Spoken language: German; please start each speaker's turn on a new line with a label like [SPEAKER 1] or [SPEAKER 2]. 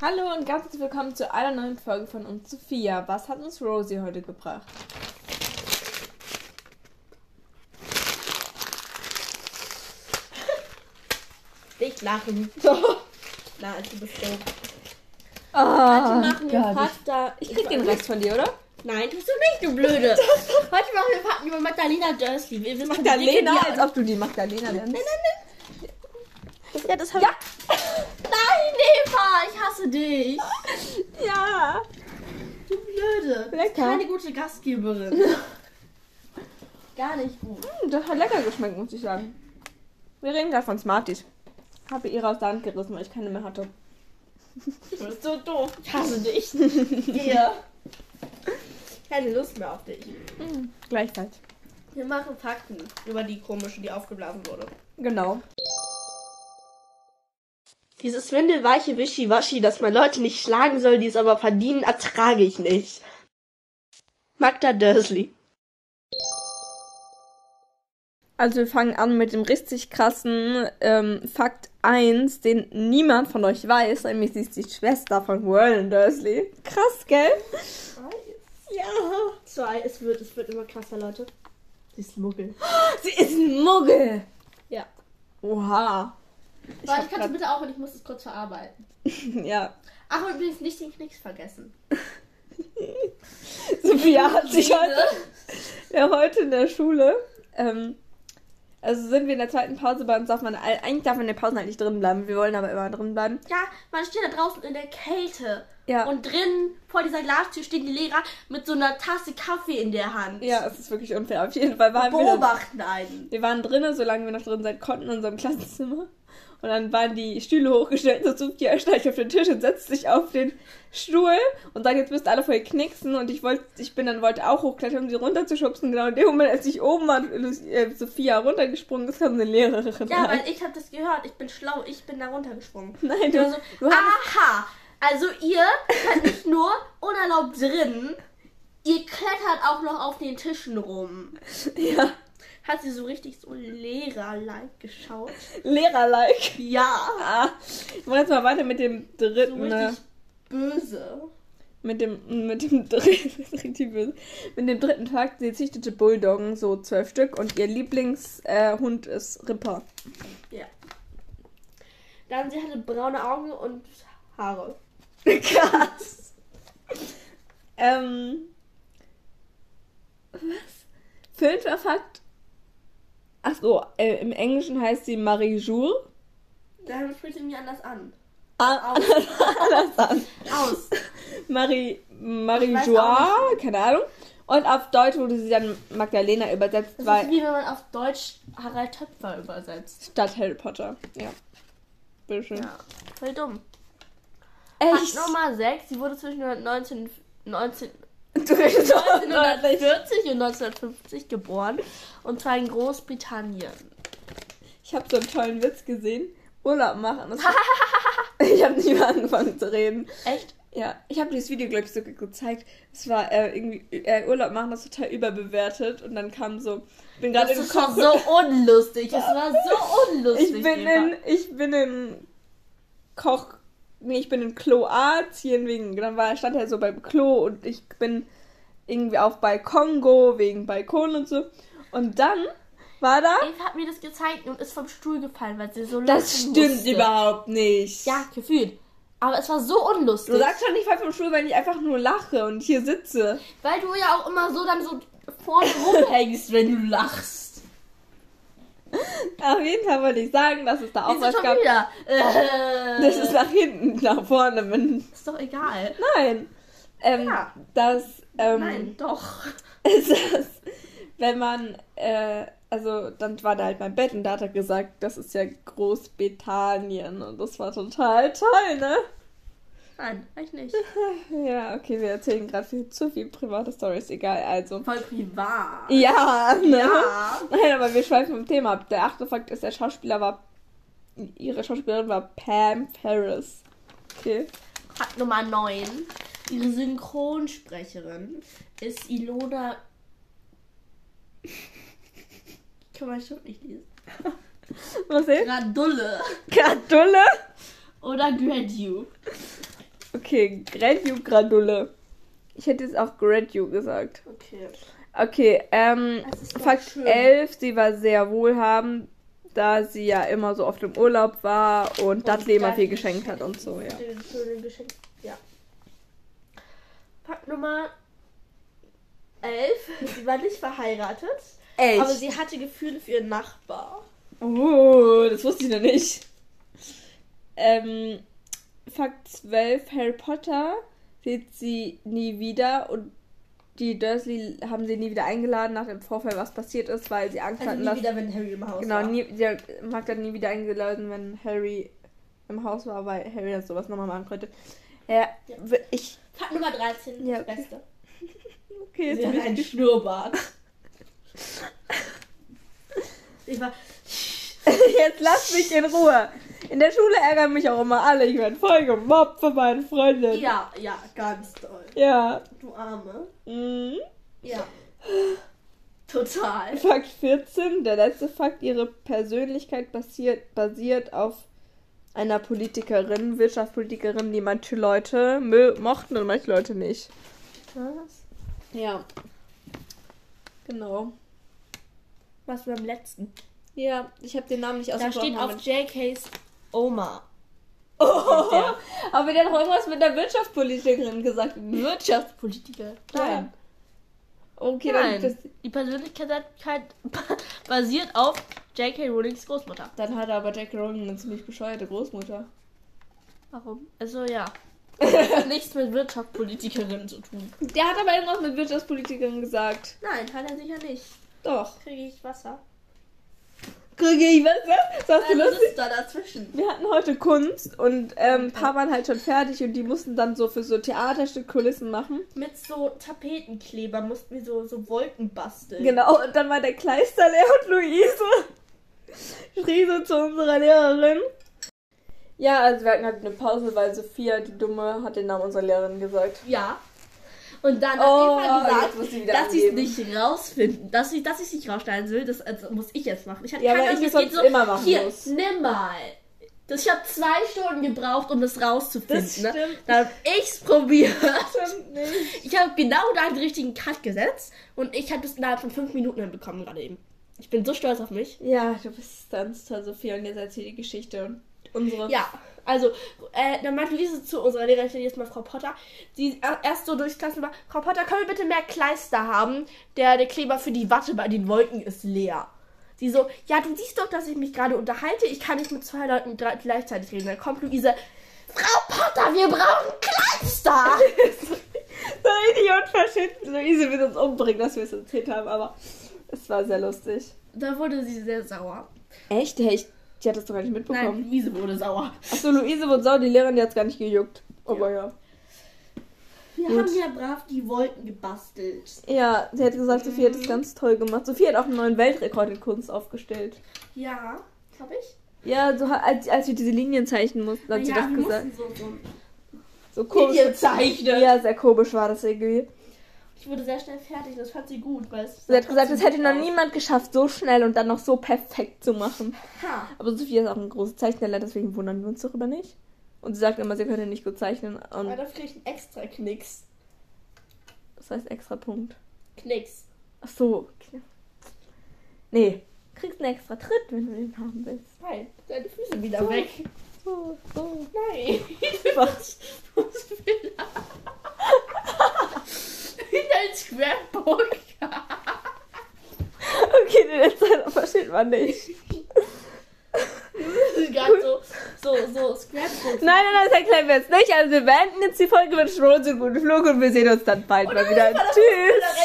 [SPEAKER 1] Hallo und ganz herzlich willkommen zu einer neuen Folge von uns Sophia. Was hat uns Rosie heute gebracht?
[SPEAKER 2] Nicht lachen. Na, du bist doof.
[SPEAKER 1] Heute
[SPEAKER 3] Ah,
[SPEAKER 1] machen wir
[SPEAKER 3] gar nicht.
[SPEAKER 1] Pasta. Ich krieg den Rest von dir, oder?
[SPEAKER 2] Nein, tust du nicht, du Blöde. Heute machen wir Fakten über Magdalena Dursley. Wir wissen
[SPEAKER 1] Magdalena,
[SPEAKER 2] die
[SPEAKER 1] als ob du die Magdalena nennst.
[SPEAKER 2] Dinge, die- Ja, das haben ja. Nein, Eva, ich hasse dich.
[SPEAKER 1] Ja.
[SPEAKER 2] Du Blöde. Du bist
[SPEAKER 1] Lecker.
[SPEAKER 2] keine gute Gastgeberin. Gar nicht gut.
[SPEAKER 1] Hm, das hat lecker geschmeckt, muss ich sagen. Wir reden gerade von Smarties. Habe ihre aus der Hand gerissen, weil ich keine mehr hatte.
[SPEAKER 2] Du bist so doof. Ich hasse dich. Geh. Keine Lust mehr auf dich.
[SPEAKER 1] Gleichfalls.
[SPEAKER 2] Wir machen Fakten über die komische, die aufgeblasen wurde.
[SPEAKER 1] Genau.
[SPEAKER 2] Dieses windelweiche Wischiwaschi, das man Leute nicht schlagen soll, die es aber verdienen, ertrage ich nicht. Magda Dursley.
[SPEAKER 1] Also wir fangen an mit dem richtig krassen ähm, Fakt 1, den niemand von euch weiß, nämlich sie ist die Schwester von Vernon Dursley. Krass, gell? Ja.
[SPEAKER 2] Zwei, es wird, es wird immer krasser, Leute. Sie ist Muggel.
[SPEAKER 1] Sie ist ein Muggel.
[SPEAKER 2] Ja.
[SPEAKER 1] Oha.
[SPEAKER 3] Warte,
[SPEAKER 1] hab
[SPEAKER 3] ich kann es bitte aufhören, ich muss es kurz verarbeiten.
[SPEAKER 1] Ja.
[SPEAKER 3] Ach, und übrigens nicht den Knicks vergessen.
[SPEAKER 1] Sophia hat sich heute
[SPEAKER 3] Bitte.
[SPEAKER 1] ja, heute in der Schule. Ähm, also sind wir in der zweiten Pause bei uns. Darf man, eigentlich darf man in der Pause halt nicht drin bleiben. Wir wollen aber immer drin bleiben.
[SPEAKER 3] Ja, man steht da draußen in der Kälte.
[SPEAKER 1] Ja.
[SPEAKER 3] Und drin vor dieser Glastür stehen die Lehrer mit so einer Tasse Kaffee in der Hand.
[SPEAKER 1] Ja, es ist wirklich unfair. Auf jeden Fall waren wir, dann,
[SPEAKER 3] Beobachten einen.
[SPEAKER 1] wir waren drinnen, solange wir noch drin sein konnten, in unserem Klassenzimmer. Und dann waren die Stühle hochgestellt. So Sophia steigt auf den Tisch und setzt sich auf den Stuhl und sagt, jetzt müsst ihr alle voll knicksen. Und ich wollte, ich bin dann wollte auch hochklettern, um sie runterzuschubsen. Genau in dem Moment, als ich oben war, Lu- äh, Sophia runtergesprungen ist, kam eine Lehrerin.
[SPEAKER 3] Ja,
[SPEAKER 1] rein.
[SPEAKER 3] weil ich habe das gehört. Ich bin schlau. Ich bin da runtergesprungen.
[SPEAKER 1] Nein,
[SPEAKER 3] Ich war
[SPEAKER 1] du,
[SPEAKER 3] so,
[SPEAKER 1] du hast
[SPEAKER 3] aha. Also ihr seid nicht nur unerlaubt drin, ihr klettert auch noch auf den Tischen rum.
[SPEAKER 1] ja,
[SPEAKER 3] Hat sie so richtig so Lehrer-like geschaut?
[SPEAKER 1] Lehrerlike.
[SPEAKER 3] Ja.
[SPEAKER 1] Ah, ich mache jetzt mal weiter mit dem
[SPEAKER 3] So
[SPEAKER 1] dritten. ne?
[SPEAKER 3] richtig böse.
[SPEAKER 1] Mit dem, mit dem dritten, richtig böse. Mit dem dritten Tag, sie züchtete Bulldoggen, so zwölf Stück, und ihr Lieblingshund äh, Hund ist Ripper.
[SPEAKER 3] Ja. Dann sie hatte braune Augen und Haare.
[SPEAKER 1] Krass. ähm. Was? Fünfter Fakt. Ach so, äh, im Englischen heißt sie Marie-Jour.
[SPEAKER 3] Dann spricht sie mich anders an.
[SPEAKER 1] Ah, anders an.
[SPEAKER 3] Aus.
[SPEAKER 1] Marie, Marie
[SPEAKER 3] Ich weiß auch
[SPEAKER 1] Joie, keine Ahnung. Und auf Deutsch wurde sie dann Magdalena übersetzt,
[SPEAKER 3] Das ist
[SPEAKER 1] weil
[SPEAKER 3] wie wenn man auf Deutsch Harald Töpfer übersetzt.
[SPEAKER 1] statt Harry Potter. Ja. Bitteschön.
[SPEAKER 3] Voll dumm. Fakt
[SPEAKER 1] Echt?
[SPEAKER 3] Nummer 6. Sie wurde zwischen 19, 19,
[SPEAKER 1] Du redest so
[SPEAKER 3] 1940 und 1950 geboren. Und zwar in Großbritannien.
[SPEAKER 1] Ich habe so einen tollen Witz gesehen. Urlaub machen. Das ich habe nicht mehr angefangen zu reden.
[SPEAKER 3] Echt?
[SPEAKER 1] Ja, ich habe dieses Video, glaube ich, sogar gezeigt. Es war äh, irgendwie äh, Urlaub machen, das ist total überbewertet. Und dann kam so, ich bin
[SPEAKER 3] Das
[SPEAKER 1] gerade im
[SPEAKER 3] ist doch
[SPEAKER 1] Kochen.
[SPEAKER 3] so unlustig. Das war so unlustig.
[SPEAKER 1] ich bin
[SPEAKER 3] Eva.
[SPEAKER 1] in, ich bin in Koch, nee, ich bin in Kloatien wegen, dann war, stand er so beim Klo und ich bin irgendwie auch bei Kongo wegen Balkon und so. Und dann war da,
[SPEAKER 3] Eva hat mir das gezeigt und ist vom Stuhl gefallen, weil sie so
[SPEAKER 1] das
[SPEAKER 3] lachen
[SPEAKER 1] stimmt
[SPEAKER 3] musste.
[SPEAKER 1] überhaupt nicht.
[SPEAKER 3] Ja, gefühlt. Aber es war so unlustig.
[SPEAKER 1] Du sagst schon, ich fall vom Stuhl, wenn ich einfach nur lache und hier sitze.
[SPEAKER 3] weil du ja auch immer so dann so vorne rumhängst, wenn du lachst.
[SPEAKER 1] Auf jeden Fall wollte ich sagen, dass es da auch
[SPEAKER 3] Wieso
[SPEAKER 1] was
[SPEAKER 3] schon
[SPEAKER 1] gab.
[SPEAKER 3] wieder? Äh,
[SPEAKER 1] Das ist nach hinten, nach vorne. Wenn,
[SPEAKER 3] ist doch egal.
[SPEAKER 1] nein. Ähm,
[SPEAKER 3] Ja.
[SPEAKER 1] Das, ähm,
[SPEAKER 3] Nein, doch.
[SPEAKER 1] ist das, wenn man, äh, also dann war da halt mein Bett und da hat er gesagt, das ist ja Großbritannien und das war total toll, ne?
[SPEAKER 3] Nein, eigentlich nicht.
[SPEAKER 1] Ja, okay, wir erzählen gerade viel, zu viel private Stories, egal, also.
[SPEAKER 3] Voll privat.
[SPEAKER 1] Ja, ne?
[SPEAKER 3] Ja.
[SPEAKER 1] Nein, aber wir schweifen vom Thema ab. Der achte Fakt ist, der Schauspieler war, ihre Schauspielerin war Pam Ferris. Okay.
[SPEAKER 3] Fakt Nummer 9. Ihre Synchronsprecherin ist Ilona. Kann man schon nicht lesen.
[SPEAKER 1] Was ist?
[SPEAKER 3] Radulle
[SPEAKER 1] Gradulle?
[SPEAKER 3] oder Gradu.
[SPEAKER 1] Okay, Gradu Gradulle. Ich hätte jetzt auch Gradu gesagt.
[SPEAKER 3] Okay.
[SPEAKER 1] Okay, ähm,
[SPEAKER 3] Das ist doch
[SPEAKER 1] Fakt
[SPEAKER 3] schön.
[SPEAKER 1] 11, sie war sehr wohlhabend, da sie ja immer so oft im Urlaub war und, Dudley immer viel geschenkt hat und so, Oh ja.
[SPEAKER 3] Schöne Geschenke, ja. Fakt Nummer 11. Sie war nicht verheiratet,
[SPEAKER 1] Echt?
[SPEAKER 3] aber sie hatte Gefühle für ihren Nachbar.
[SPEAKER 1] Oh, das wusste ich noch nicht. Ähm, Fakt 12, Harry Potter sieht sie nie wieder und die Dursley haben sie nie wieder eingeladen nach dem Vorfall, was passiert ist, weil sie Angst
[SPEAKER 3] Also
[SPEAKER 1] hatten,
[SPEAKER 3] nie
[SPEAKER 1] dass...
[SPEAKER 3] wieder, wenn Harry im Haus
[SPEAKER 1] Genau,
[SPEAKER 3] war.
[SPEAKER 1] nie, der Mark hat nie wieder eingeladen, wenn Harry im Haus war, weil Harry das sowas nochmal machen konnte. Ja,
[SPEAKER 3] Ja.
[SPEAKER 1] w- ich...
[SPEAKER 3] Fakt Nummer 13.
[SPEAKER 1] Ja,
[SPEAKER 3] Das
[SPEAKER 1] okay.
[SPEAKER 3] Beste.
[SPEAKER 1] Okay,
[SPEAKER 3] Sie
[SPEAKER 1] jetzt
[SPEAKER 3] hatte
[SPEAKER 1] hab
[SPEAKER 3] einen Schnurrbart. Ich war,
[SPEAKER 1] ich, jetzt lass mich in Ruhe. In der Schule ärgern mich auch immer alle. Ich werde voll gemobbt von meinen Freunden.
[SPEAKER 3] ja, ja, ganz toll.
[SPEAKER 1] ja.
[SPEAKER 3] Du Arme.
[SPEAKER 1] Mhm.
[SPEAKER 3] Ja. Total.
[SPEAKER 1] Fakt 14, der letzte Fakt, ihre Persönlichkeit basiert, basiert auf einer Politikerin, Wirtschaftspolitikerin, die manche Leute mö- mochten und manche Leute nicht.
[SPEAKER 3] Was?
[SPEAKER 1] Ja. Genau.
[SPEAKER 3] Was beim letzten?
[SPEAKER 1] Ja, ich habe den Namen nicht
[SPEAKER 3] Da
[SPEAKER 1] ausgesprochen.
[SPEAKER 3] steht auf JK's Oma.
[SPEAKER 1] Oh, aber der hat auch irgendwas mit der Wirtschaftspolitikerin gesagt. Wirtschafts...
[SPEAKER 3] Politiker.
[SPEAKER 1] Nein. Okay,
[SPEAKER 3] Nein.
[SPEAKER 1] dann, liegt das,
[SPEAKER 3] Die Persönlichkeit basiert auf J.K. Rowlings Großmutter.
[SPEAKER 1] dann hat aber Jack Rowling eine ziemlich bescheuerte Großmutter.
[SPEAKER 3] Warum? Also ja. Das hat nichts mit Wirtschaftspolitikerin zu tun.
[SPEAKER 1] Der hat aber irgendwas mit Wirtschaftspolitikerin gesagt.
[SPEAKER 3] Nein, hat er sicher nicht.
[SPEAKER 1] Doch.
[SPEAKER 3] Kriege ich Wasser?
[SPEAKER 1] Kriege ich was? Was
[SPEAKER 3] Was
[SPEAKER 1] du lustig?
[SPEAKER 3] ist da dazwischen?
[SPEAKER 1] Wir hatten heute Kunst und ähm, ein paar waren halt schon fertig und die mussten dann so für so Theaterstück Kulissen machen.
[SPEAKER 3] Mit so Tapetenkleber mussten wir so, so Wolken basteln.
[SPEAKER 1] Genau, und dann war der Kleisterlehrer und Luise. Schrie so zu unserer Lehrerin. Ja, also wir hatten halt eine Pause, weil Sophia, die Dumme, hat den Namen unserer Lehrerin gesagt.
[SPEAKER 3] Ja. Und dann
[SPEAKER 1] Oh,
[SPEAKER 3] hat Eva
[SPEAKER 1] jetzt muss sie wieder
[SPEAKER 3] gesagt, dass sie es
[SPEAKER 1] angeben.
[SPEAKER 3] nicht rausfinden, dass ich dass ich es nicht rausschneiden will, das also, muss ich jetzt machen. Ich hatte
[SPEAKER 1] Ja,
[SPEAKER 3] keine
[SPEAKER 1] weil
[SPEAKER 3] Ahnung,
[SPEAKER 1] ich
[SPEAKER 3] es
[SPEAKER 1] es
[SPEAKER 3] geht
[SPEAKER 1] sonst
[SPEAKER 3] so,
[SPEAKER 1] immer machen
[SPEAKER 3] hier,
[SPEAKER 1] muss.
[SPEAKER 3] nimm mal. Das, ich habe zwei Stunden gebraucht, um das rauszufinden.
[SPEAKER 1] Das
[SPEAKER 3] ne?
[SPEAKER 1] stimmt.
[SPEAKER 3] Da habe ich's probiert.
[SPEAKER 1] Stimmt nicht.
[SPEAKER 3] Ich habe genau da den richtigen Cut gesetzt und ich habe das innerhalb von fünf Minuten hinbekommen gerade eben. Ich bin so stolz auf mich.
[SPEAKER 1] Ja, du bist ganz toll, Sophia, und jetzt erzähl die Geschichte. und Unsere.
[SPEAKER 3] Ja, also, äh, dann meinte Luise zu unserer Lehrerin, ich nenne jetzt mal Frau Potter, die er- erst so durchs Klassen war, Frau Potter, können wir bitte mehr Kleister haben? Der, der Kleber für die Watte bei den Wolken ist leer. Sie so, ja, du siehst doch, dass ich mich gerade unterhalte, ich kann nicht mit zwei Leuten drei- gleichzeitig reden. Dann kommt Luise, Frau Potter, wir brauchen Kleister!
[SPEAKER 1] So richtig unverschämt. Luise wird uns umbringen, dass wir es erzählt haben, aber es war sehr lustig.
[SPEAKER 3] da wurde sie sehr sauer.
[SPEAKER 1] Echt? Hey, ich, die hat das doch gar nicht mitbekommen.
[SPEAKER 3] Nein, Luise wurde sauer.
[SPEAKER 1] Achso, Luise wurde sauer, die Lehrerin, die hat's gar nicht gejuckt. Oh Aber ja.
[SPEAKER 3] Wir
[SPEAKER 1] Gut.
[SPEAKER 3] haben ja brav die Wolken gebastelt.
[SPEAKER 1] Ja, sie hat gesagt, Sophie
[SPEAKER 3] Mhm.
[SPEAKER 1] hat es ganz toll gemacht. Sophie hat auch einen neuen Weltrekord in Kunst aufgestellt.
[SPEAKER 3] Ja, habe ich?
[SPEAKER 1] Ja, so ha- als, als wir diese Linien zeichnen mussten, hat sie
[SPEAKER 3] ja,
[SPEAKER 1] das
[SPEAKER 3] wir
[SPEAKER 1] gesagt.
[SPEAKER 3] mussten so, so
[SPEAKER 1] So komisch.
[SPEAKER 3] Video zeichnen.
[SPEAKER 1] Ja, sehr komisch war das irgendwie.
[SPEAKER 3] Ich wurde sehr schnell fertig, das fand sie gut, weil es.
[SPEAKER 1] Sie hat gesagt, das hätte noch niemand geschafft, so schnell und dann noch so perfekt zu machen.
[SPEAKER 3] Ha.
[SPEAKER 1] Aber Sophie ist auch ein großer Zeichner, deswegen wundern wir uns darüber nicht. Und sie sagt immer, sie könne nicht gut zeichnen.
[SPEAKER 3] Aber
[SPEAKER 1] Und
[SPEAKER 3] da krieg ich einen extra Knicks.
[SPEAKER 1] das heißt extra Punkt.
[SPEAKER 3] Knicks.
[SPEAKER 1] Ach so. okay. Nee, kriegst einen extra Tritt, wenn du den haben willst.
[SPEAKER 3] Nein, deine Füße wieder
[SPEAKER 1] So.
[SPEAKER 3] weg.
[SPEAKER 1] So, so.
[SPEAKER 3] Nein.
[SPEAKER 1] Was?
[SPEAKER 3] Fußfehler. Wieder ein Square-Book.
[SPEAKER 1] Okay, den Insider versteht man nicht.
[SPEAKER 3] Das ist gerade so, so, so Square-Book.
[SPEAKER 1] Nein, nein, das erklären wir jetzt nicht. Also wir beenden jetzt die Folge mit Schrot und guten Flug und wir sehen uns dann bald mal wieder. Tschüss.